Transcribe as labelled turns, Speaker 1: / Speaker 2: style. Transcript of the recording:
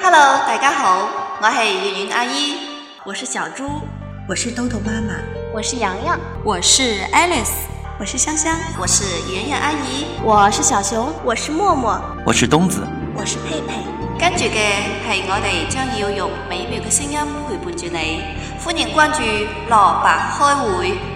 Speaker 1: Hello，大家好，我係圓圓阿姨，我是小豬，
Speaker 2: 我是豆豆妈妈，
Speaker 3: 我是洋洋，
Speaker 4: 我是 Alice，
Speaker 5: 我是香香，
Speaker 1: 我是圓圓阿姨，
Speaker 6: 我是小熊，
Speaker 7: 我是默默，
Speaker 8: 我是東子，
Speaker 9: 我是佩佩。
Speaker 1: 跟住嘅係我哋將要用美妙嘅聲音陪伴住你，歡迎關注蘿蔔開會。